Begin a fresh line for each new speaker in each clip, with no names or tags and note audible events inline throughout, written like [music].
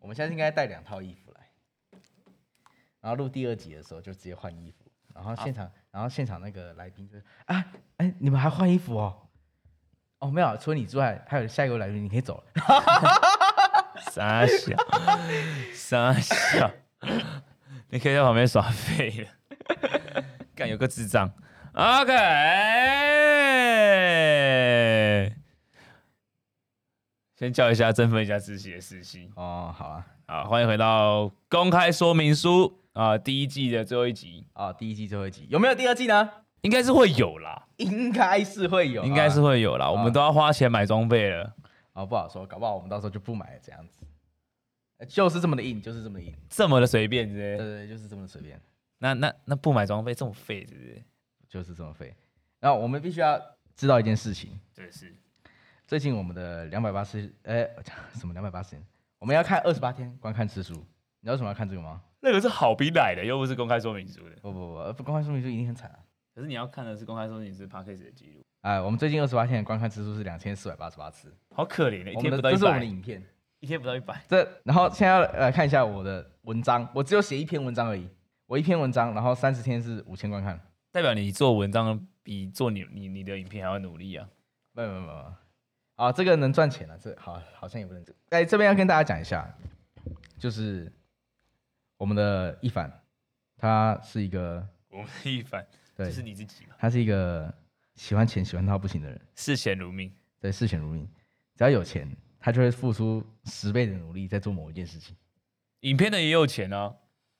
我们现在应该带两套衣服来，然后录第二集的时候就直接换衣服，然后现
啊
场，然后现场那个来宾就是啊，哎，你们还换衣服哦？哦，没有，除了你之外，还有下一个来宾，你可以走了。 [laughs]
傻笑，傻笑，你可以在旁边耍废了。干有个智障。OK，先叫一下，振奋一下自己的士气。
哦，好啊，
好，欢迎回到公开说明书啊、第一季的最后一集，
哦，第一季最后一集有没有第二季呢？
应该是会有啦，
应该是会有啊，
应该是会有啦，我们都要花钱买装备了。
哦，不好说，搞不好我们到时候就不买了这样子，呃就是这么的硬，就是这么的硬，
这么的随便，是不
对
是？
对对，就是这么的随便，
那那那不买装备这么废，是不是？
就是这么废。然后我们必须要知道一件事情，
对，是
最近我们的两百八十，哎， [laughs] 什么两百八十天？我们要看二十八天观看次数。你知道为什么要看这个吗？
那个是好评来的，又不是公开说明书的。
不不呃不，不观看说明书一定很惨啊！
可是你要看的是公开说明书 p a c k a g e 的记录，
哎，我们最近二十八天的观看次数是两千四百八十八次，
好可怜的，一
我们
天
的
不到
这
一
是我们的
百，
影片。
一天不到一百。
这，然后现在要来看一下我的文章，我只有写一篇文章而已，我一篇文章，然后三十天是五千观看，
代表你做文章比做你你你的影片还要努力啊！
没有没有没有没有，啊，这个能赚钱了、这好好像也不能这。哎，这边要跟大家讲一下，就是我们的一凡，他是一个，
我们的一凡
对，
就是你自己嘛，
他是一个喜欢钱喜欢到不行的人，
视钱如命。
对，视钱如命，只要有钱，他就会付出十倍的努力在做某一件事情，
影片的也有钱啊，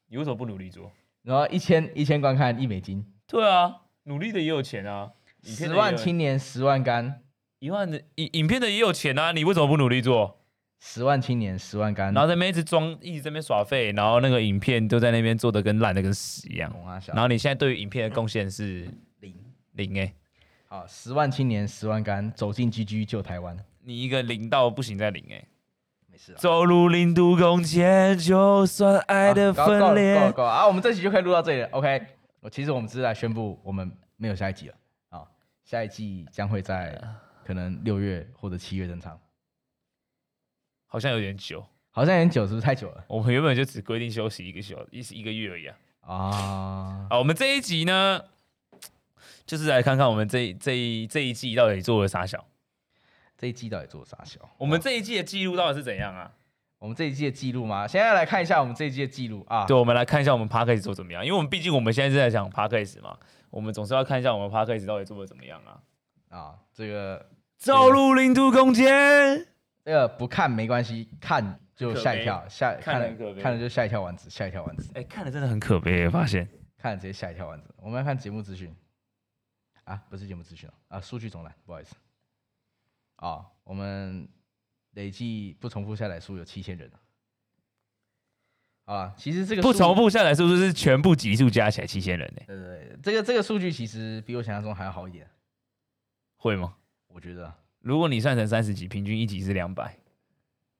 你为什么不努力做？
然后一千一千观看一美金，
对啊，努力的也有钱啊，影片
十
的
万
也有
青年十万干，
一万的影影片的也有钱啊，你为什么不努力做？
十万青年十万干，
然后在那边一直装，一直在那边耍废，然后那个影片都在那边做的跟烂的跟屎一样。
红阿小
然后你现在对于影片的贡献是
零，
零哎、
好，十万青年十万干，走进 GG 救台湾，
你一个零到不行再零哎、
没事啊。
走入零度空间，就算爱的
好够了
分裂。
够了够了啊！我们这集就可以录到这里了。OK，我其实我们只是来宣布我们没有下一集了啊、好下一季将会在可能六月或者七月登场，
好像有点久，
好像有点久，是不是太久了
我们原本就只规定休息一个小一一个月而已啊。
啊？
好，我们这一集呢，就是来看看我们这一这一这一季到底做了啥小，
这一季到底做了啥小？哦
我们这一季的记录到底是怎样啊？
我们这一季的记录吗？现在来看一下我们这一季的记录啊。
对，我们来看一下我们 p a c k a g e 做怎么样，因为我们毕竟我们现在是在讲 p a c k a g e 嘛，我们总是要看一下我们 p a c k a g e 到底做的怎么样啊。
啊，这个
走入零度空间，
这个不看没关系，看就吓一跳，吓
看
看
了
了
很可悲
看了就吓一跳丸子，吓一跳丸子，
哎、看了真的很可悲，发现
看了直接吓一跳丸子。我们要看节目资讯啊，不是节目资讯哦啊，数据总览，不好意思。啊、我们累计不重复下载数有七千人啊。其实这个
不
数
重，复下来是不是全部集数加起来七千人呢、
对对对，这个这个数据其实比我想象中还要好一点，
会吗？
我觉得。
如果你算成三十集，平均一集是两百，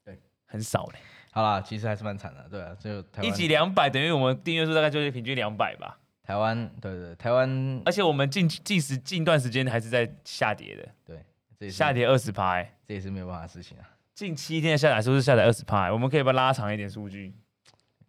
对，
很少嘞、
好啦，其实还是蛮惨的，对啊，就台
一
湾
集两百等于我们订阅数大概就是平均两百吧，
台湾，对对，对台湾
而且我们近近时近段时间还是在下跌的，
对，这也是
下跌二十趴，欸
这也是没有办法的事情啊，
近七天的下载数是下载二十趴，欸我们可以把它拉长一点数据。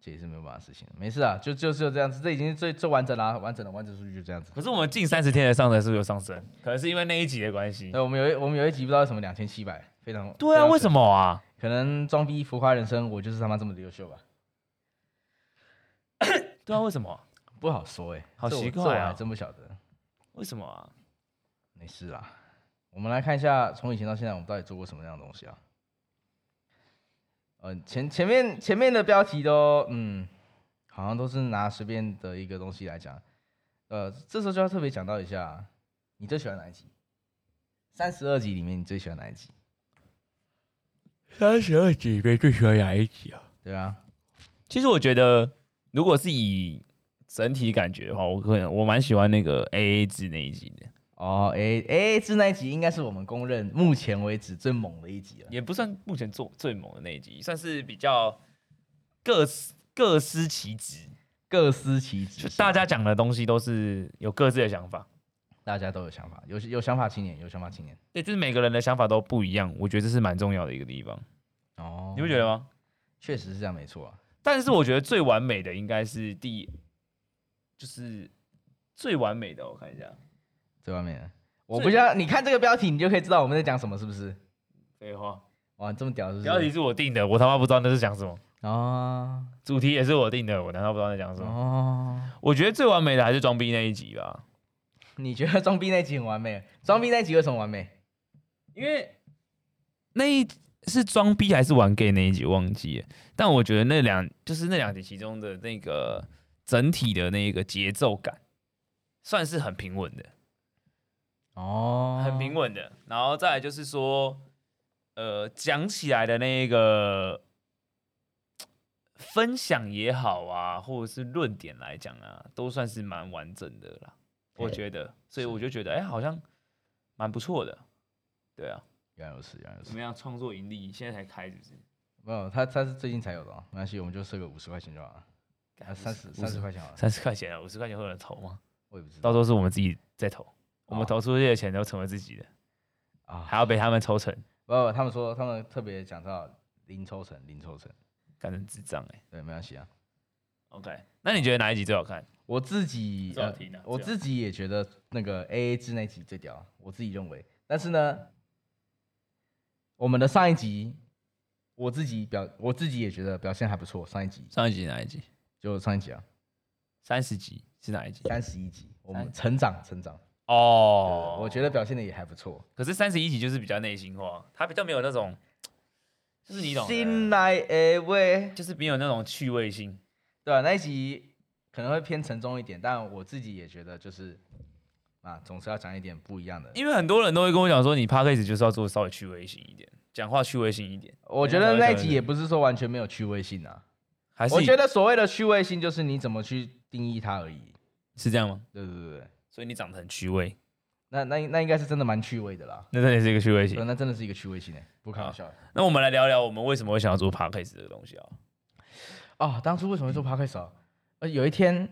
这也是没有办法的事情。没事啊，就就就这样子，这已经是最最完整啦、完整的完整数据就这样子。
可是我们近三十天的上载数有上升，可能是因为那一集的关系。
对，我啊们有一我们有一集不知道为什么两千七百，非常
对啊，为什
么？
么啊？
可能装逼浮夸人生，我就是他妈这么的优秀吧，
对啊，为什么啊？
不好说哎、
好
这我
奇怪
这我
啊
还真不晓得。
为什么啊？
没事啦，我们来看一下从以前到现在我们到底做过什么样的东西啊？嗯、前前面前面的标题都嗯，好像都是拿随便的一个东西来讲，呃，这时候就要特别讲到一下，你最喜欢哪一集？三十二集里面你最喜欢哪一集？
三十二集里面最喜欢哪一集啊？
对啊，
其实我觉得，如果是以整体感觉的话，我可能我蛮喜欢那个 A A 制那一集的，
哦，诶诶，这那一集应该是我们公认目前为止最猛的一集了。
也不算目前做最猛的那一集，算是比较各司各司其职，
各司其职
就，大家讲的东西都是有各自的想法。
大家都有想法，有有想法青年，有想法青年。
对，就是每个人的想法都不一样，我觉得这是蛮重要的一个地方，
哦
你不觉得？吗？
确实是这样，没错啊。
但是我觉得最完美的应该是第，就是最完美的，我看一下，
最完美的，我不知道，你看这个标题，你就可以知道我们在讲什么，是不是？
废话，
哇，这么屌是不是？
标题是我定的，我他妈不知道那是讲什么，
哦
主题也是我定的，我难道不知道在讲什么？
哦，
我觉得最完美的还是装逼那一集吧，
你觉得装逼那集很完美？装逼那集有什么完美？
因为那一是装逼还是玩 gay 那一集忘记了，但我觉得那两就是那两集其中的那个整体的那个节奏感，算是很平稳的。
哦，
很平稳的。然后再来就是说，呃，讲起来的那个分享也好啊，或者是论点来讲啊，都算是蛮完整的啦，我
对
觉得。所以
是
我就觉得，哎、好像蛮不错的。对啊，
原来如此，原来如
怎
此
么。样创作盈利？现在才开是不是？
没有，他他是最近才有的、哦，没关系，我们就设个五十块钱就好了，啊，三十三十块钱好了，
[laughs] 三十块钱啊，五十块钱会有人投吗？
我也不知道
到时候是我们自己在投，我
哦
们投出去的钱都成为自己的，
啊。
还要被他们抽成，
不不，他们说他们特别讲到零抽成，零抽成，
感人智障哎、
对，没关系啊。
OK，那你觉得哪一集最好看？
我自己、呃
最好听啊
我
最好
自己也觉得那个 A A 制那集最屌，我自己认为。但是呢，我们的上一集，我自己表我自己也觉得表现还不错，上一集
上一集哪一集？
就上一集啊，
三十集是哪一集？
三十一集，我们成长成长，
哦
哦，，我觉得表现的也还不错。
可是三十一集就是比较内心化，它比较没有那种，就是你懂的，
新来一位，
就是没有那种趣味性。
对啊，那一集可能会偏沉重一点，但我自己也觉得就是啊，总是要讲一点不一样的。
因为很多人都会跟我讲说，你 p a c k a g e 就是要做稍微趣味性一点，讲话趣味性一点，
我觉
人
得
家才
那
会
一集也不是说完全没有趣味性啊。
还是
我觉得所谓的趣味性，就是你怎么去定义它而已。
是这样吗？
对对对对，
所以你长得很趣味，
那那那应该是真的蛮趣味的啦。
那真的是一个趣
对，
味性。
那真的是一个趣味性诶、欸不开玩笑的。
那我们来聊聊我们为什么会想要做 p a c k a g e 这个东西啊？
哦，当初为什么会做 podcast 啊？呃，有一天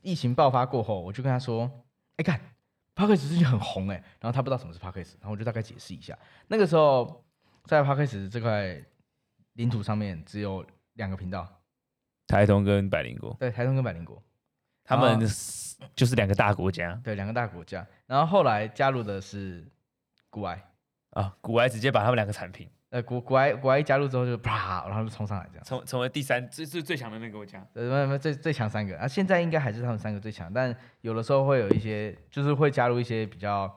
疫情爆发过后，我就跟他说：“哎、看 podcast 最近很红哎、然后他不知道什么是 podcast，然后我就大概解释一下。那个时候在 podcast 这块领土上面只有两个频道，
台东跟百灵国，
对，台东跟百灵国，
他们就是两个大国家
对，两个大国家。然后后来加入的是古埃，
啊，古埃直接把他们两个产品
呃，古古埃古埃加入之后就啪，然后他们冲上来这样。
成成为第三最最最强的那个国家。
呃，没有没有最最强三个啊，现在应该还是他们三个最强，但有的时候会有一些，就是会加入一些比较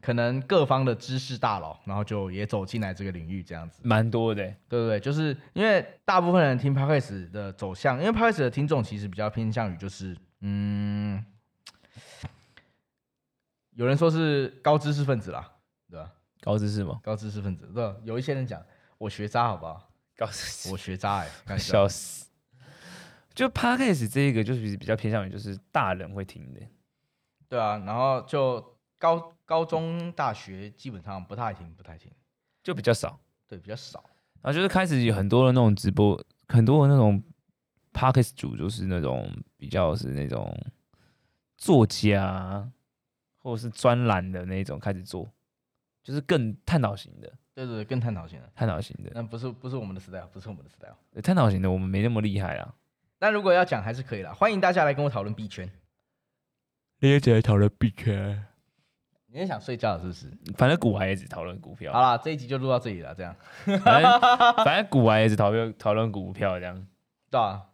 可能各方的知识大佬，然后就也走进来这个领域这样子，
蛮多的欸、
对不对？就是因为大部分人听 podcast 的走向，因为 podcast 的听众其实比较偏向于就是，嗯，有人说是高知识分子啦，对吧？
高知识吗？
高知识分子，对吧，有一些人讲我学渣好不好？
高知识，
我学渣哎、欸，开玩笑
笑死。就 podcast 这个就是比较偏向于就是大人会听的，
对啊，然后就高高中、大学基本上不太听，不太听，
就比较少。
对，比较少。
然后啊就是开始有很多的那种直播，很多的那种 podcast 主就是那种比较是那种作家啊或者是专栏的那种开始做，就是更探讨型的，
对对对，更探讨型了。
探讨型的，
那不是不是我们的时代，不是我们的时代。
对探讨型的我们没那么厉害啊。
但如果要讲还是可以啦，欢迎大家来跟我讨论币圈。
你也只能讨论币圈，
你也想睡觉了是不是？
嗯反正股还也只讨论股票
好，啦，这一集就录到这里了，这样
反正反正股还也只讨论讨论股票这样。
对啊，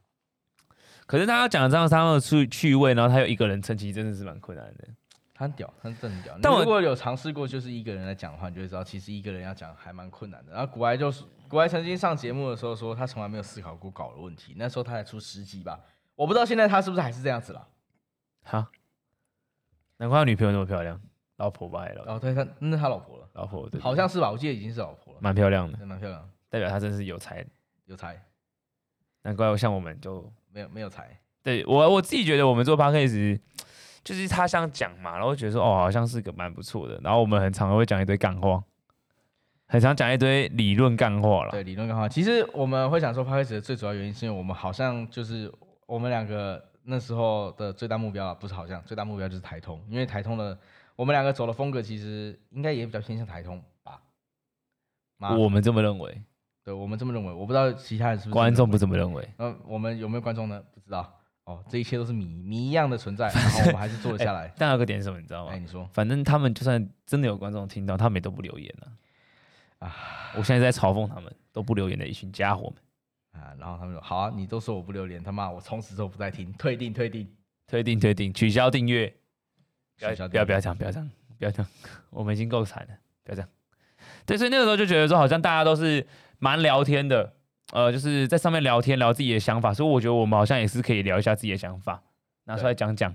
可是他要讲这样他们的趣趣味，然后他有一个人撑起，真的是蛮困难的。
他很屌，他真的很屌。
但
你
我
如果有尝试过就是一个人来讲的话，你就会知道其实一个人要讲还蛮困难的。然后古埃就是古埃曾经上节目的时候说，他从来没有思考过稿的问题。那时候他才出十集吧，我不知道现在他是不是还是这样子啦。
哈，难怪他女朋友那么漂亮，老婆吧，还老、
哦，对他那是他老婆了。
老婆，对，
好像是吧？我记得已经是老婆了，
蛮漂亮的，
对蛮漂亮，
代表他真是有才。
有才，
难怪像我们就
没有没有才，
对我我自己觉得我们做 p a c k a g e 就是他想讲嘛，然后觉得说哦，好像是个蛮不错的，然后我们很常会讲一堆干话，很常讲一堆理论干话了。
对理论干话。其实我们会想说 p o d 的最主要原因是因为我们好像就是我们两个那时候的最大目标啊，不是好像最大目标就是台通，因为台通的我们两个走的风格其实应该也比较偏向台通吧。妈，
我们这么认为，
对我们这么认为，我不知道其他人啊是不是
观众不
这
这么认为。
么认为。呃那我们有没有观众呢？不知道。哦，这一切都是谜谜一样的
[laughs]
存在，然后我们还是做了下来。
但有个点是什么，你知道吗
哎，？你说，
反正他们就算真的有观众听到，他们也都不留言了。
啊
啊！我现在在嘲讽他们都不留言的一群家伙们，
啊，然后他们说好啊，你都说我不留脸，他妈我从此之后不再听，退订退订，
退订退订，取消订阅。不
取消订
要不要不要这样，不要这样，不要这样， [laughs] 我们已经够惨了，不要这样。对，所以那个时候就觉得说，好像大家都是蛮聊天的，呃，就是在上面聊天聊自己的想法，所以我觉得我们好像也是可以聊一下自己的想法，拿出来讲讲。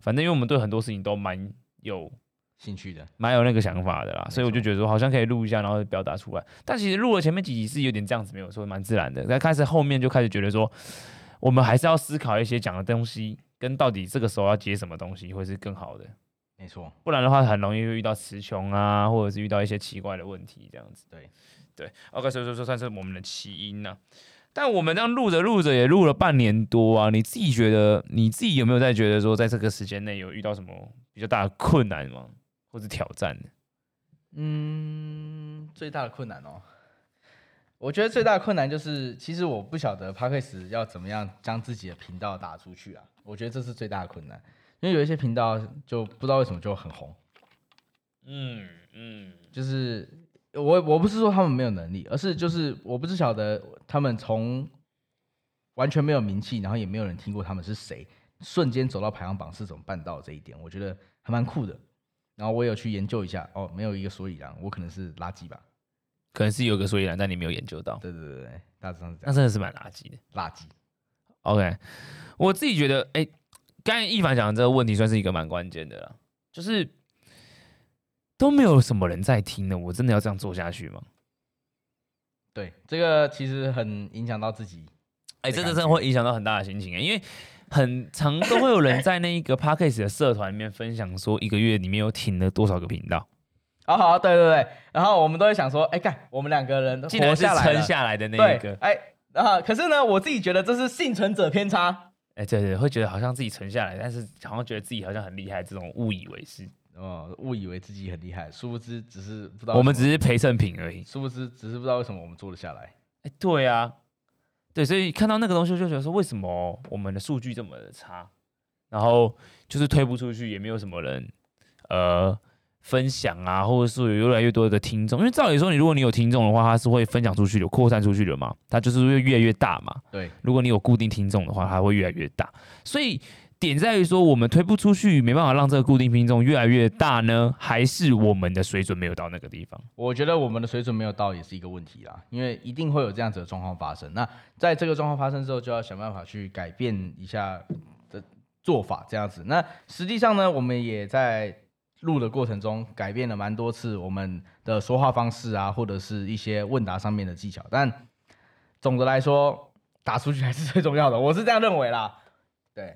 反正因为我们对很多事情都蛮有
兴趣的。
蛮有那个想法的啦，
错
所以我就觉得说好像可以录一下，然后表达出来。但其实录了前面几集是有点这样子，没有说蛮自然的。但开始后面就开始觉得说，我们还是要思考一些讲的东西，跟到底这个时候要接什么东西会是更好的，
没错，
不然的话很容易会遇到词穷啊，或者是遇到一些奇怪的问题这样子。
对
对，OK，所以说这算是我们的起因呢、啊但我们这样录着录着也录了半年多啊，你自己觉得你自己有没有在觉得说，在这个时间内有遇到什么比较大的困难吗，或者挑战呢？
嗯，最大的困难哦，我觉得最大的困难就是，其实我不晓得 p a c k a g e 要怎么样将自己的频道打出去啊，我觉得这是最大的困难，因为有一些频道就不知道为什么就很红，
嗯嗯，
就是我我不是说他们没有能力，而是就是我不是晓得他们从完全没有名气，然后也没有人听过他们是谁，瞬间走到排行榜是怎么办到的这一点，我觉得还蛮酷的。然后我有去研究一下，哦，没有一个所以然，我可能是垃圾吧。
可能是有个所以然，但你没有研究到，
对对对对，大致上是这
那
样，
真的是蛮垃圾的。
垃圾。
OK，我自己觉得，哎、刚才一凡讲的这个问题算是一个蛮关键的啦，就是都没有什么人在听呢，我真的要这样做下去吗？
对，这个其实很影响到自己。
哎、
的
这真
感
的
觉
会影响到很大的心情、欸，因为很常都会有人在那一个 p a c k a g e 的社团里面分享说，一个月里面有停了多少个频 [laughs] 道，
哦，好，对对对，然后我们都会想说，哎，干，我们两个人
竟然
活
是
下来
撑
了，
下来的那
对
一个，，
哎，然后可是呢，我自己觉得这是幸存者偏差，
哎、对对，会觉得好像自己沉下来，但是好像觉得自己好像很厉害，这种误以为是，
哦，误以为自己很厉害，殊不知只是不知道为
我们
什
只
么，
是陪衬品而已。
殊不知只是不知道为什么我们做得下来。
哎、对啊，对，所以看到那个东西就觉得说，为什么我们的数据这么的差，然后就是推不出去，也没有什么人呃分享啊，或者是有越来越多的听众，因为照理说你如果你有听众的话，它是会分享出去的，扩散出去的嘛，它就是会越来越大嘛。
对，
如果你有固定听众的话，它会越来越大。所以点在于说，我们推不出去，没办法让这个固定听众越来越大呢，还是我们的水准没有到那个地方？
我觉得我们的水准没有到也是一个问题啦，因为一定会有这样子的状况发生。那在这个状况发生之后，就要想办法去改变一下的做法，这样子。那实际上呢，我们也在录的过程中改变了蛮多次我们的说话方式啊，或者是一些问答上面的技巧。但总的来说，打出去还是最重要的，我是这样认为啦。对，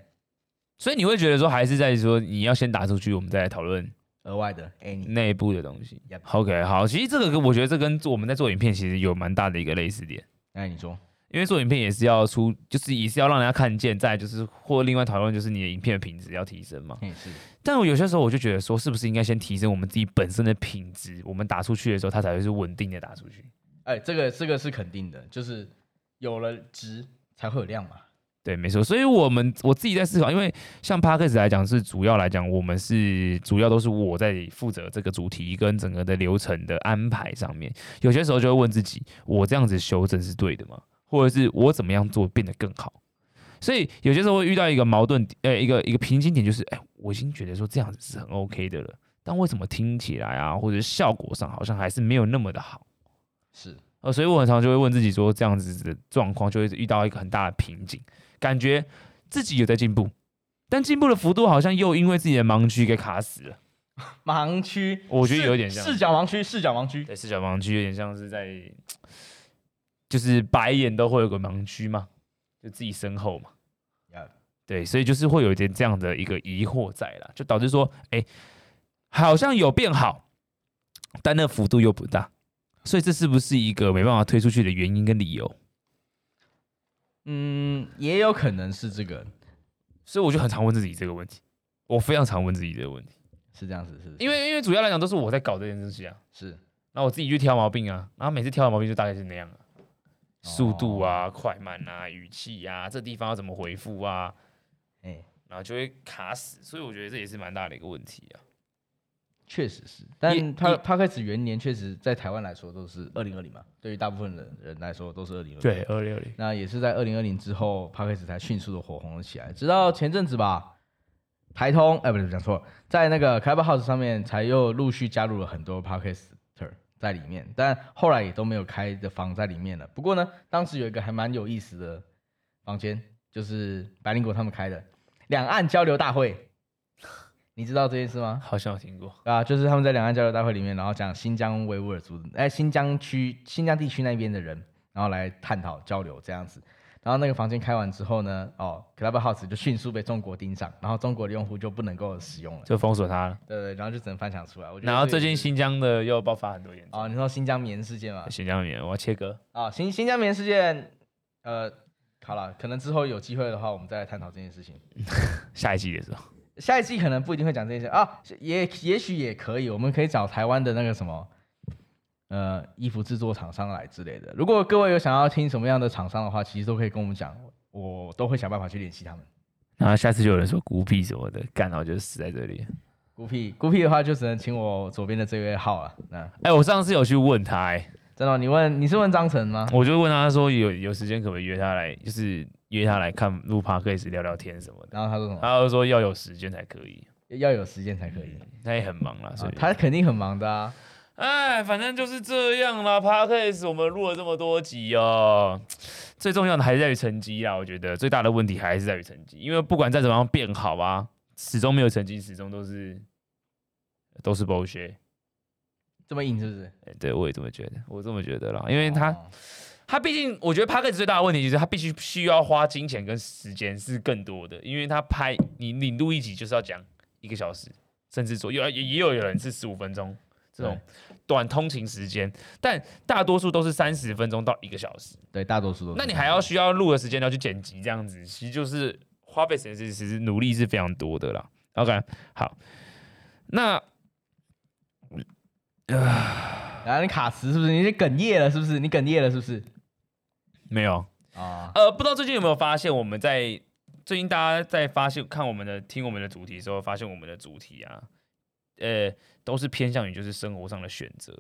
所以你会觉得说，还是在于说你要先打出去，我们再来讨论
额外的，哎、你
内部的东西
Yep.。
OK，好，其实这个跟我觉得这跟做我们在做影片其实有蛮大的一个类似点，
哎，你说，
因为做影片也是要出，就是也是要让人家看见，再来就是或另外讨论就是你的影片的品质要提升嘛。
哎也是，
但我有些时候我就觉得说，是不是应该先提升我们自己本身的品质，我们打出去的时候，它才会是稳定的打出去。
哎，这个这个是肯定的，就是有了值才会有量嘛。
对，没错。所以我们我自己在思考，因为像 p a c k a g e 来讲，是主要来讲，我们是主要都是我在负责这个主题跟整个的流程的安排上面。有些时候就会问自己，我这样子修正是对的吗？或者是我怎么样做变得更好？所以有些时候会遇到一个矛盾，呃，一个一个瓶颈点，就是，哎，我已经觉得说这样子是很 OK 的了，但为什么听起来啊，或者效果上好像还是没有那么的好？
是，
呃，所以我很常就会问自己说，这样子的状况就会遇到一个很大的瓶颈，感觉自己有在进步，但进步的幅度好像又因为自己的盲区给卡死了。
盲区，
我觉得
视
有点像
视角盲区，视角盲区。
对，视角盲区有点像是在，就是白眼都会有个盲区嘛，就自己身后嘛。
Yeah
对，所以就是会有一点这样的一个疑惑在啦，就导致说，哎、好像有变好，但那幅度又不大，所以这是不是一个没办法推出去的原因跟理由？
嗯，也有可能是这个，
所以我就很常问自己这个问题，我非常常问自己这个问题。
是这样子，是不是
因为因为主要来讲都是我在搞这件事情啊，
是
然后我自己去挑毛病啊，然后每次挑的毛病就大概是那样啊，速度啊、快慢啊、语气啊，这地方要怎么回复啊，
哎、
然后就会卡死，所以我觉得这也是蛮大的一个问题啊。
确实是，但
也
帕
也
帕克斯元年确实在台湾来说都是二零二零嘛，对于大部分人人来说都是二零二零。，
二六零，
那也是在二零二零之后，帕克斯才迅速的火红了起来，直到前阵子吧，台通哎、不是讲错了，在那个 Clubhouse 上面才又陆续加入了很多 p a r k e s t e r 在里面，但后来也都没有开的房在里面了。不过呢，当时有一个还蛮有意思的房间，就是白灵果他们开的两岸交流大会，你知道这件事吗？
[laughs] 好像有听过。
啊，就是他们在两岸交流大会里面，然后讲新疆维吾尔族，哎，新疆区、新疆地区那边的人，然后来探讨交流这样子。然后那个房间开完之后呢，哦，Clubhouse 就迅速被中国盯上，然后中国的用户就不能够使用了，
就封锁他了，
对对，然后就只能翻墙出来。我觉得
然后
这
最
也
近
是
新疆的又爆发很多严重，
哦，你说新疆棉事件嘛？
新疆棉我要切割，
啊、新新疆棉事件，呃，好了，可能之后有机会的话，我们再来探讨这件事情。
下一季的时候，
下一季可能不一定会讲这些啊，也也许也可以，我们可以找台湾的那个什么，呃，衣服制作厂商来之类的。如果各位有想要听什么样的厂商的话，其实都可以跟我们讲，我都会想办法去联系他们。
然后下次就有人说孤僻什么的，干好就死在这里。
孤僻孤僻的话，就只能请我左边的这位号了。那
哎、我上次有去问他、哎，
真的，你问你是问张晨吗？
我就问他说有有时间可不可以约他来，就是约他来看录 podcast 聊聊天什么的。
然后他说什么？
他就说要有时间才可以，
要有时间才可以。
他也很忙啦，嗯所
啊
以、
他肯定很忙的啊。
哎，反正就是这样啦。Podcast 我们录了这么多集哦，最重要的还是在于成绩啦。我觉得最大的问题还是在于成绩，因为不管再怎么样变好啊，始终没有成绩，始终都是都是 bullshit。
这么硬是不是？
哎对，我也这么觉得，我这么觉得啦，因为他、
哦
他毕竟，我觉得 podcast 最大的问题就是他必须需要花金钱跟时间是更多的，因为他拍你你录一集就是要讲一个小时，甚至左右，也也有有人是十五分钟这种短通勤时间，但大多数都是三十分钟到一个小时。
对大多数都是。
那你还要需要录的时间要去剪辑，这样子其实就是花费时间是其实努力是非常多的啦。OK，好，那
然后啊你卡词是不是？你是哽咽了是不是？你哽咽了是不是？
没有，
啊，
呃，不知道最近有没有发现，我们在最近大家在发现看我们的听我们的主题的时候，发现我们的主题啊，呃，都是偏向于就是生活上的选择。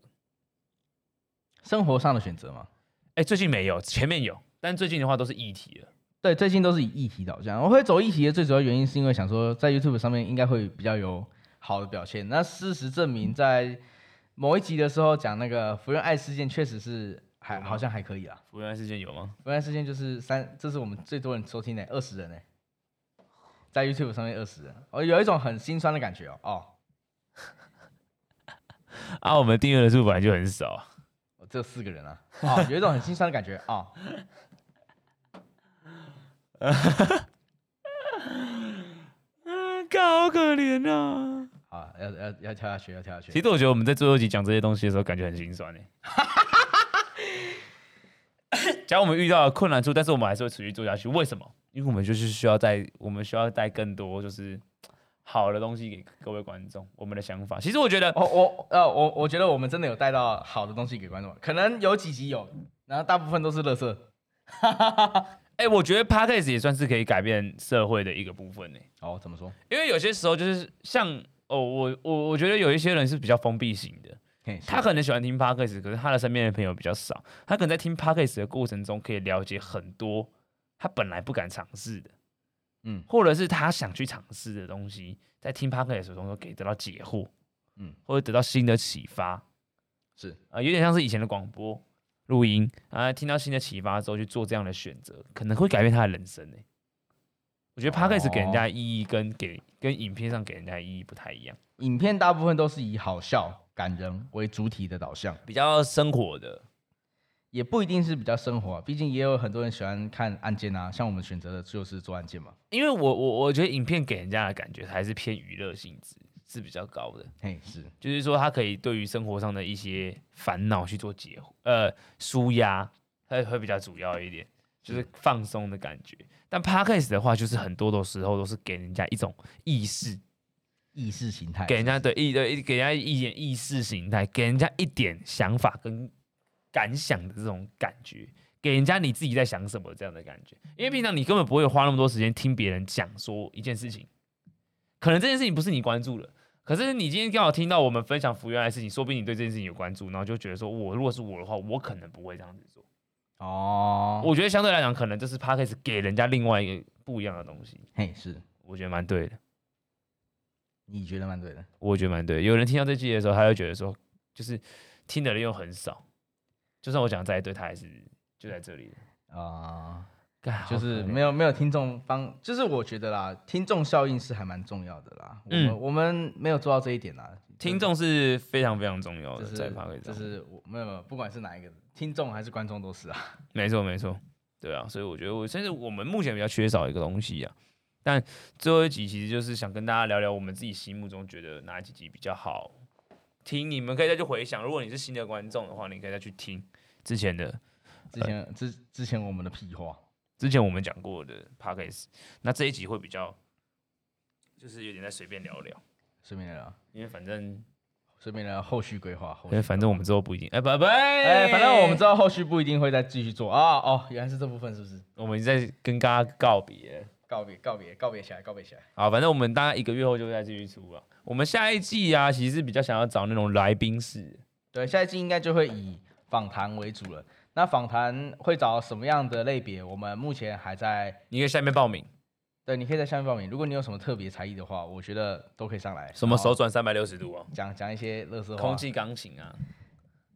生活上的选择嘛。
哎，最近没有，前面有，但最近的话都是议题了。
对，最近都是以议题导向。我会走议题的最主要原因是因为想说，在 YouTube 上面应该会比较有好的表现。那事实证明，在某一集的时候讲那个福原爱事件，确实是还好像还可以啦。啊
福原爱事件有吗？
福原爱事件就是三，这是我们最多人收听的二十人呢、在 YouTube 上面二十人，哦，有一种很心酸的感觉哦。哦，
啊，我们订阅人数本来就很少啊。
我只有四个人啊，哦，有一种很心酸的感觉哦。
嗯，好可怜啊。
好，要要要跳下去，要跳下去
其。实我觉得我们在最后一集讲这些东西的时候，感觉很心酸呢。欸假如我们遇到了困难处，但是我们还是会持续做下去，为什么？因为我们就是需要带，我们需要带更多就是好的东西给各位观众，我们的想法。其实我
[laughs]
觉得，
我我呃我我觉得我们真的有带到好的东西给观众，可能有几集有，然后大部分都是乐色。
哎、我觉得 podcast 也算是可以改变社会的一个部分呢。欸
哦，怎么说？
因为有些时候就是像哦，我我我觉得有一些人是比较封闭型的，
嘿是
他可能喜欢听 podcast，可是他的身边的朋友比较少，他可能在听 podcast 的过程中可以了解很多他本来不敢尝试的，
嗯
或者是他想去尝试的东西，在听 podcast 中都可以得到解惑，
嗯
或者得到新的启发，
是
啊、有点像是以前的广播录音啊、听到新的启发之后去做这样的选择，可能会改变他的人生呢、我觉得 podcast 给人家的意义跟给跟影片上给人家的意义不太一样，
影片大部分都是以好笑、感人为主体的导向，
比较生活的。
也不一定是比较生活、啊，毕竟也有很多人喜欢看案件啊，像我们选择的就是做案件嘛。
因为我我我觉得影片给人家的感觉还是偏娱乐性质是比较高的，
嘿，是
就是说它可以对于生活上的一些烦恼去做解呃舒压，它会比较主要一点，就是放松的感觉。但 podcast 的话，就是很多的时候都是给人家一种意识，
意识形态
给人家对意对给人家一点意识形态，给人家一点想法跟感想的这种感觉，给人家你自己在想什么这样的感觉。因为平常你根本不会花那么多时间听别人讲说一件事情，可能这件事情不是你关注的，可是你今天刚好听到我们分享服务员的事情，说不定你对这件事情有关注，然后就觉得说，我如果是我的话，我可能不会这样子做。
哦，
我觉得相对来讲，可能这是 p a c k a g e 给人家另外一个不一样的东西，
嘿，是
我觉得蛮对的。
你觉得蛮对的，
我觉得蛮对。有人听到这句的时候，他会觉得说，就是听的人又很少，就算我讲得再对，他还是就在这里了
啊、
干
就是没
有
有没有听众帮，就是我觉得啦，听众效应是还蛮重要的啦。我们、
嗯
我们没有做到这一点啦，
听众是非常非常重要
就
的，
是
在发挥
就
上，
是我没有没有，不管是哪一个听众还是观众都是啊。
没错没错，对啊。所以我觉得我，甚至我们目前比较缺少一个东西啊。但最后一集其实就是想跟大家聊聊我们自己心目中觉得哪几集比较好听，你们可以再去回想。如果你是新的观众的话，你可以再去听之前的
之前之之前我们的屁话，
之前我们讲过的 p a c k a g e 那这一集会比较，就是有点在随便聊聊，
顺便聊，
因为反正，
顺便聊后续规划。后
因
续
为反正我们之后不一定，哎、拜拜，
哎、反正我们知
这
道后续不一定会再继续做啊。哦，原来是这部分是不是？
我们在跟大家告别，
告别告别告别起来，告别起来。
好，反正我们大概一个月后就会再继续出了。我们下一季啊，其实是比较想要找那种来宾式，
对，下一季应该就会以访谈为主了。那访谈会找什么样的类别？我们目前还在
你可以下面报名，
对，你可以在下面报名。如果你有什么特别才艺的话，我觉得都可以上来。
什么
然后
手转三百六十度啊，
讲讲一些乐色话？
空气钢琴啊，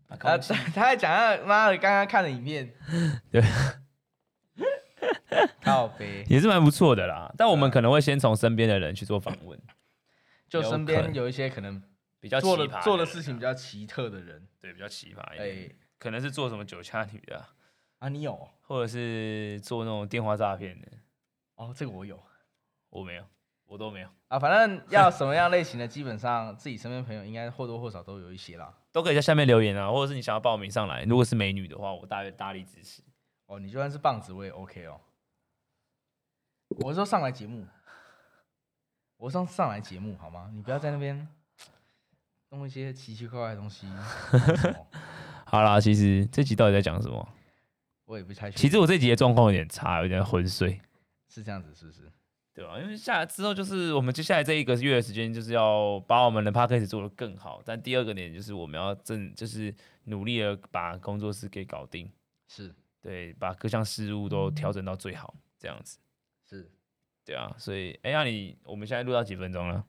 啊
啊，
空气
对他在讲他妈的刚刚看的影片。
[laughs] 对。
[laughs] 靠背，
也是蛮不错的啦。但我
对
们
啊
可能会先从身边的人去做访问，
就身
有可
边
能
有一些可能
比较
做
奇葩
的做的
人
事情
啊
比较奇特的人，
对比较奇葩一
哎、
点。可能是做什么酒驾女的啊、
啊，你有哦
或者是做那种电话诈骗的，
哦，这个我有
我没有，我都没有，
啊，反正要什么样类型的，基本上自己身边朋友应该或多或少都有一些啦。
都可以在下面留言啊，或者是你想要报名上来，如果是美女的话，我大大力支持。
哦，你就算是棒子我也 OK 哦。我是说上来节目，我上上来节目好吗？你不要在那边弄一些奇奇怪怪的东西，弄什么
好啦，其实这集到底在讲什么？
我也不太确
其
定
实我这集的状况有点差，有点昏睡，
是这样子，是不是？
对吧、因为下之后就是我们接下来这一个月的时间，就是要把我们的 p a c k a g e 做得更好。但第二个点就是我们要正就是努力的把工作室给搞定，
是
对，把各项事务都调整到最好，这样子，
是，
对啊。所以，哎、呀，你我们现在录到几分钟了？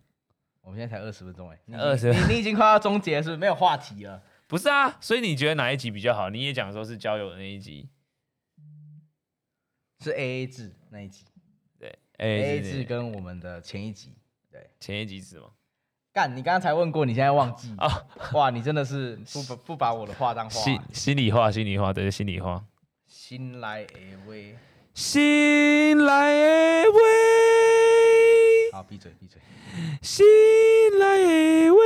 我们现在 [laughs] 才二十分钟哎、你已经
20
你你已经快要终结了是不是？没有话题了。
不是啊，所以你觉得哪一集比较好？你也讲说是交友的那一集，
是 A A 制那一集
对
，A A
哎，
制
是
跟我们的前一集，对，
前一集是吗？
干，你刚刚才问过，你现在忘记
哦
哇，你真的是不不不把我的话当话、
心心里话，心里话，对，心里话。
新来 A 位，
心来诶喂，
好，闭嘴闭嘴
心来诶喂，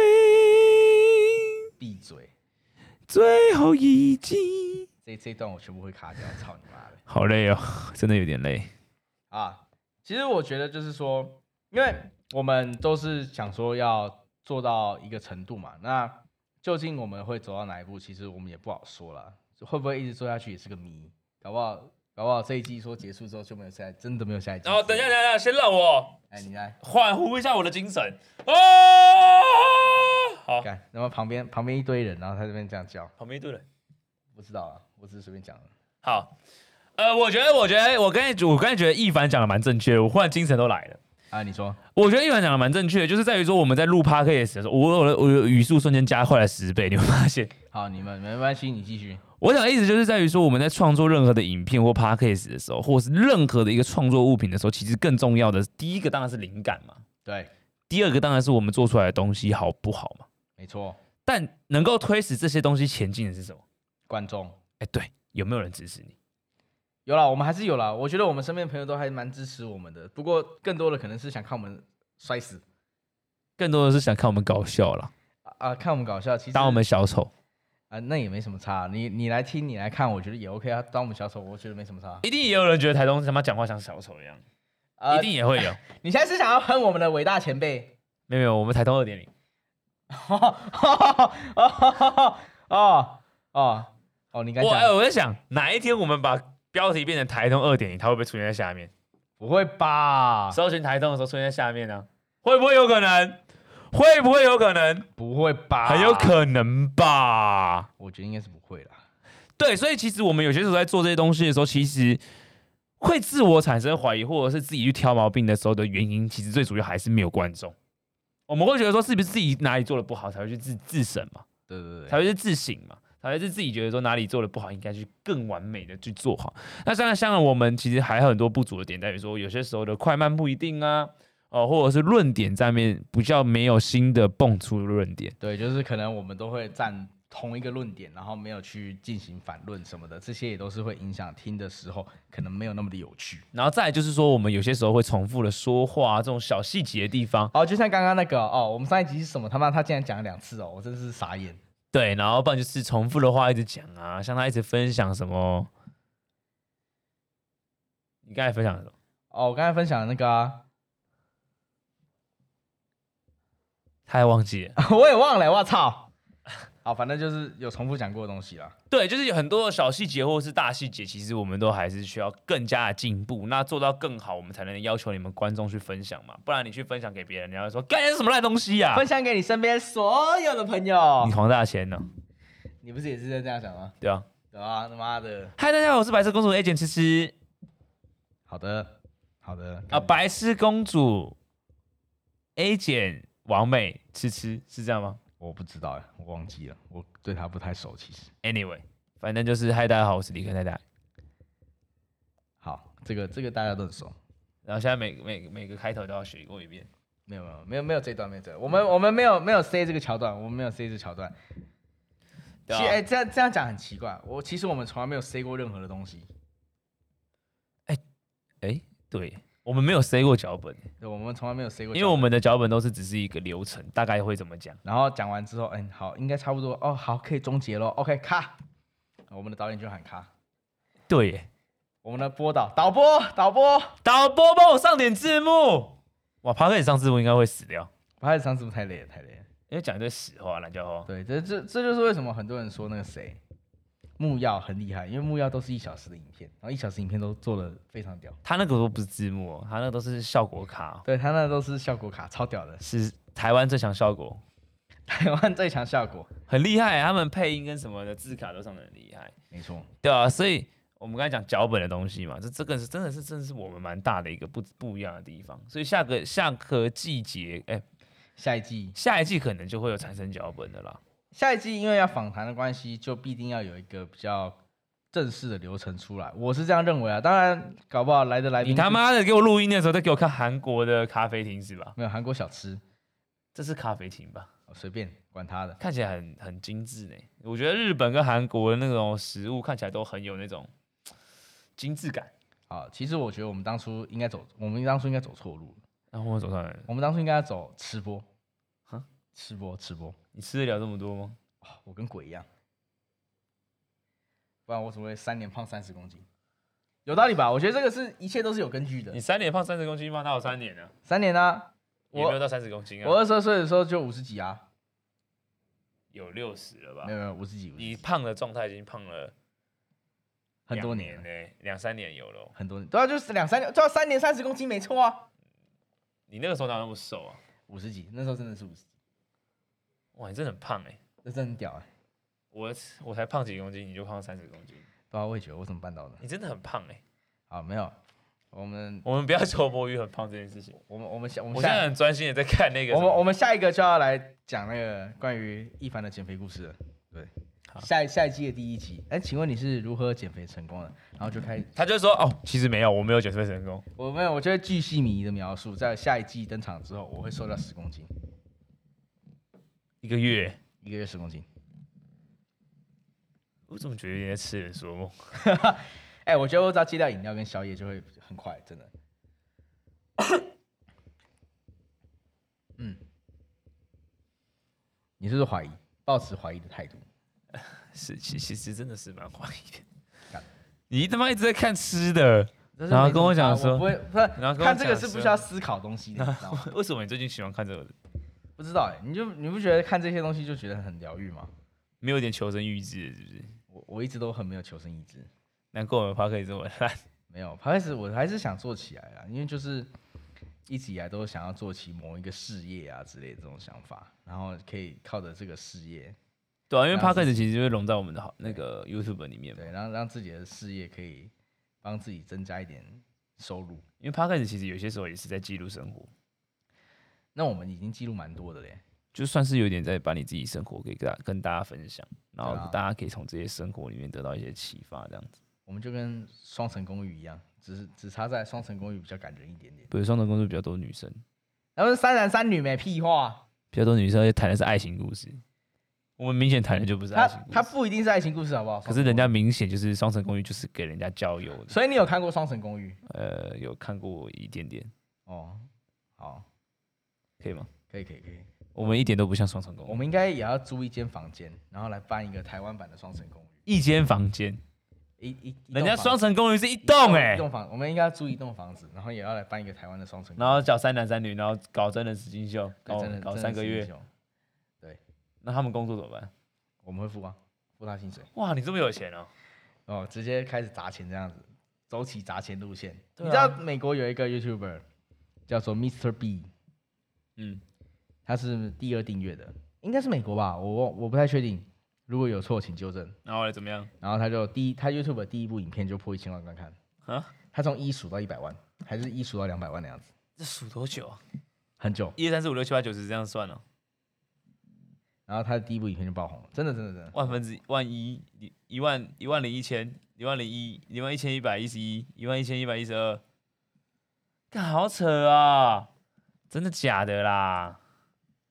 闭嘴，
最后一集。
这这一段我全部会卡掉，操你妈的
好累哦，真的有点累。
啊！其实我觉得就是说，因为我们都是想说要做到一个程度嘛，那究竟我们会走到哪一步，其实我们也不好说了，会不会一直做下去也是个谜，搞不好搞不好这一季说结束之后就没有下一，真的没有下一季。
然后哦等一下，等一下，先让我
哎，你来。
焕乎一下我的精神。哦，好，
干，然后旁边旁边一堆人，然后他这边这样叫，
旁边一堆人。
不知道啊，我只是随便讲的。
好，呃，我觉得，我觉得，我刚才，我刚才觉得一凡讲的蛮正确的，我忽然精神都来了。
啊，你说
我觉得一凡讲的蛮正确的，就是在于说我们在录 podcast 的时候，我我的我的语速瞬间加快了十倍，你会发现。
好，你们没关系，你继续。
我想的意思就是在于说，我们在创作任何的影片或 podcast 的时候，或是任何的一个创作物品的时候，其实更重要的第一个当然是灵感嘛，
对，
第二个当然是我们做出来的东西好不好嘛。
没错，
但能够推使这些东西前进的是什么？
观众
哎，对，有没有人支持你？
有啦，我们还是有啦。我觉得我们身边朋友都还蛮支持我们的，不过更多的可能是想看我们摔死
更多的是想看我们搞笑啦，
啊、啊看我们搞笑。其实
当我们小丑。
啊、那也没什么差。你你来听，你来看，我觉得也 OK 啊。当我们小丑，我觉得没什么差。
一定也有人觉得台东他妈讲话像小丑一样，
啊
[laughs] 一定也会有。
你现在是想要喷我们的伟大前辈？ [laughs]
没有没有，我们台通二点零，
哦哦哦哦，你刚
我哎、
讲
我在想哪一天我们把标题变成台通二点零，它会不会出现在下面？
不会吧？
搜寻台通的时候出现在下面呢、会不会有可能？会不会有可能？
不会吧？
很有，可能吧。
我觉得应该是不会啦。
对，所以其实我们有些时候在做这些东西的时候，其实会自我产生怀疑，或者是自己去挑毛病的时候的原因，其实最主要还是没有观众。我们会觉得说，是不是自己哪里做的不好，才会去自自省嘛，
对对
才
对，
会去自省嘛，才会是自己觉得说哪里做的不好，应该去更完美的去做好。那像像我们其实还有很多不足的点，在于说有些时候的快慢不一定啊，哦、或者是论点上面比较没有新的蹦出的论点。
对，就是可能我们都会站同一个论点，然后没有去进行反论什么的，这些也都是会影响听的时候可能没有那么的有趣。
然后再来就是说，我们有些时候会重复的说话、这种小细节的地方，
哦，就像刚刚那个哦，我们上一集是什么？他妈他竟然讲了两次哦，我真是傻眼。
对，然后不然就是重复的话一直讲啊，像他一直分享什么，你刚才分享什么？
哦，我刚才分享的那个啊， [laughs]
他还忘记了。
我也忘了，我操！好，反正就是有重复讲过的东西啦。
对，就是有很多的小细节或者是大细节，其实我们都还是需要更加的进步。那做到更好，我们才能要求你们观众去分享嘛，不然你去分享给别人，人家会说干这是什么烂东西呀、
分享给你身边所有的朋友
你。黄大仙呢？
你不是也是在这样想吗？
对啊。
对啊，他妈的！
嗨，大家好，我是白色公主 A 简诗诗
好的，好的
啊，白痴公主 A 简王美痴痴是这样吗？
我不知道哎，我忘记了，我对他不太熟，其实。
Anyway，反正就是嗨，大家好，我是李克太太。
好，这个这个大家都很熟。
然后现在每每每个开头都要学过一遍。
没有没有没有没有这一段没有这一段，我们我们没有没有 C 这个桥段，我们没有 C 这个桥段。其
对啊
哎、这样这样讲很奇怪，我其实我们从来没有 C 过任何的东西，
哎，对，我们没有 say 过脚本，
对，我们从来没有 C 过
因
桥段。
为我们的脚本都是只是一个流程，大概会怎么讲。
然后讲完之后，嗯，好，应该差不多哦，好，可以终结喽。OK，咔，我们的导演就喊咔，
对耶，
我们的播导导播导播，
导播帮我上点字幕。哇 p a r k 上字幕应该会死掉，
我开始上是不是太累了？太累了。
因为讲一堆死话，懒觉话。
对，这这这就是为什么很多人说那个谁木曜很厉害，因为木曜都是一小时的影片，然后一小时影片都做的非常屌。
他那个都不是字幕、哦，他那个都是效果卡哦、
对他那都是效果卡，超屌的，
是台湾最强效果，
台湾最强效果，
很厉害。他们配音跟什么的字卡都上的很厉害。
没错。
对啊，所以我们刚才讲脚本的东西嘛，这这个是真的是真的是我们蛮大的一个不不一样的地方。所以下个下个季节，哎、
下一季，
下一季可能就会有产生脚本的啦。
下一季因为要访谈的关系，就必定要有一个比较正式的流程出来，我是这样认为啊。当然，搞不好来的来宾
你他妈的给我录音的时候再给我看韩国的咖啡厅是吧？
没有韩国小吃，
这是咖啡厅吧？
哦随便管他的。
看起来很很精致呢。我觉得日本跟韩国的那种食物看起来都很有那种嘖精致感。
好，其实我觉得我们当初应该走，我们当初应该走错路了。
然后我走上来了，
我们当初应该要走吃播，
哈，
吃播吃播。
你吃得了这么多吗？
我跟鬼一样，不然我怎么会三年胖三十公斤？有道理吧？我觉得这个是一切都是有根据的
你。三年胖三十公斤吗？那我三年呢、啊，
三年啊，
也没有
我
到三十公斤
我
啊，
二十二岁的时候就五十几啊，
有六十了吧
没？有没有五十几，50
你
几
胖的状态已经胖了
很多
两
年
年
了
嘞、两三年有了哦。
很多年，对啊，就是两三年，对啊，三年三十公斤没错啊，
你那个时候哪有那么瘦啊？
五十几，那时候真的是五十几，
哇，你真的很胖哎、
那真的很屌哎、
我我才胖几公斤，你就胖三十公斤，
对啊，我也觉得我怎么办到的？
你真的很胖哎、
啊，没有，我们
我们不要 [laughs] 求摸鱼很胖这件事情。
我们我们下我们
我现在
下
很专心的在看那个
我
什
们我
么，
们下一个就要来讲那个关于一凡的减肥故事了。对，下一下一季的第一集，哎，请问你是如何减肥成功的？然后就开
他就说哦，其实没有，我没有减肥成功。
我没有，我就会巨细靡遗的描述，在下一季登场之后，我会瘦掉十公斤，
一个月，
一个月十公斤。
我怎么觉得有点在痴人说梦？
哎、我觉得我只要戒掉饮料跟宵夜，就会很快，真的。 [coughs] 嗯，你是不是怀疑？抱持怀疑的态度。
是，其其实真的是蛮怀疑的
干。
你他妈一直在看吃的，
这是
然后
没
跟我
什么
讲
吧
说
不会，不是
然后跟我
看这个
讲
是不
说
需要思考东西的，你知道吗？
为什么你最近喜欢看这个？
不知道哎、你就你不觉得看这些东西就觉得很疗愈吗？
没有一点求生意志，是不是？
我我一直都很没有求生意志，
难怪我们 p a r k 这么烂。
没有，开始我还是想做起来啊啦，因为就是一直以来都想要做起某一个事业啊之类的这种想法，然后可以靠着这个事业，
[laughs] 对啊，因为 p
然
a r
后
k 其实就会融在我们的好那个 YouTube 里面嘛。
对，让让自己的事业可以帮自己增加一点收入。
因为 p a r k 其实有些时候也是在记录生活，
那我们已经记录蛮多的嘞，
就算是有点在把你自己生活给大跟大家分享，然后
对啊
大家可以从这些生活里面得到一些启发，这样子。
我们就跟《双城公寓》一样，只是只差在《双城公寓》比较感人一点点。
比如双城公司比较多女生，
然后三男三女没屁话，
比较多女生而且谈的是爱情故事，我们明显谈的就不是爱
他
情故
他
事。
不一定是爱情故事，好不好？
可是人家明显就是双城公寓，就是给人家交友的。
所以你有看过《双城公寓》
呃，有看过一点点，
哦？好，
可以吗？
可以可以可以，
我们一点都不像双城公寓，
我们应该也要租一间房间，然后来办一个台湾版的《双城公寓
一间房间，》。
一一
人家双
城
城公寓是一栋哎、
一栋房，我们应该要租一栋房子，然后也要来办一个台湾的双城公
然
寓。
后找三男三女，然后搞真人实境秀，
对
搞
真的真
搞
的
三个
是英
月，
雄
那他们工作怎么办？
我们会付啊，付他薪水
哇，你这么有钱哦、
哦，直接开始砸钱这样子，走起砸钱路线。
对啊
你知道美国有一个 YouTuber 叫做 Mr. B，
嗯，
他是第二订阅的，应该是美国吧，我忘我不太确定，如果有错请纠正。
然后嘞怎么样？
然后他就第一，他 YouTube 的第一部影片就破一千万观看
啊，
他从一数到一百万，还是一数到两百万的样子，
这数多久啊？
很久。
一二三四五六七八九十这样算哦、
然后他的第一部影片就爆红了，真的真的真的，
万分之万一一一万一万零一千一万零一一万一千一百一十一一万一千一百一十二，干好扯啊！真的假的啦？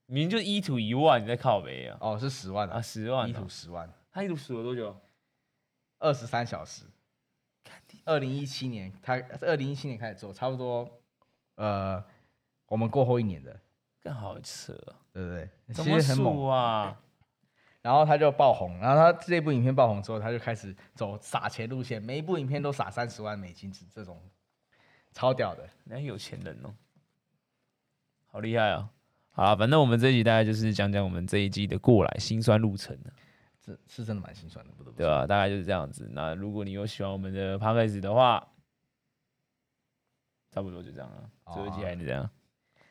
明明就一土一万，你在靠北啊？
哦，是十万
啊，
啊，
十万、
一
啊
图！十万，
他一土数了多久？
二十三小时。二零一七年，他二零一七年开始做，差不多，呃，我们过后一年的，
干好扯、啊！
对不对？
怎
其
么
实很猛
数。啊？
然后他就爆红，然后他这部影片爆红之后，他就开始走撒钱路线，每一部影片都撒三十万美金，这这种超屌的。
人家有钱人哦，好厉害哦！好啦，反正我们这一集大概就是讲讲我们这一季的过来辛酸路程啊
这是真的蛮心酸的，不得不
对
说。
吧、大概就是这样子。那如果你有喜欢我们的 podcast 的话，差不多就这样了。
哦
最后一集还是这样。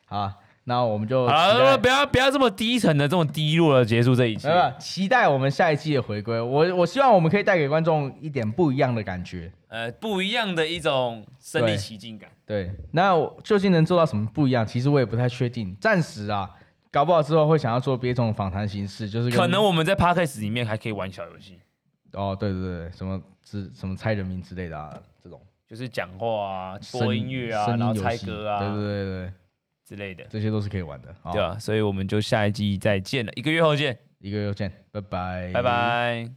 好啊，那我们就
好
期
了，不
待，
要不要这么低沉的、这么低落的结束这一集
没。有期待我们下一季的回归。我我希望我们可以带给观众一点不一样的感觉。
呃，不一样的一种身临
对
其境感。
对，那我究竟能做到什么不一样？其实我也不太确定。暂时啊，搞不好之后会想要做别种访谈形式，就是跟
可能我们在 podcast 里面还可以玩小游戏，
哦，对对对，什么之什么猜人名之类的啊，这种
就是讲话啊、播
声
音乐啊，
声音
然后
游
猜
戏
歌啊
对对对对，
之类的。
这些都是可以玩的。好
对，啊，所以我们就下一季再见了，一个月后见，
一个月见，拜拜，
拜。拜。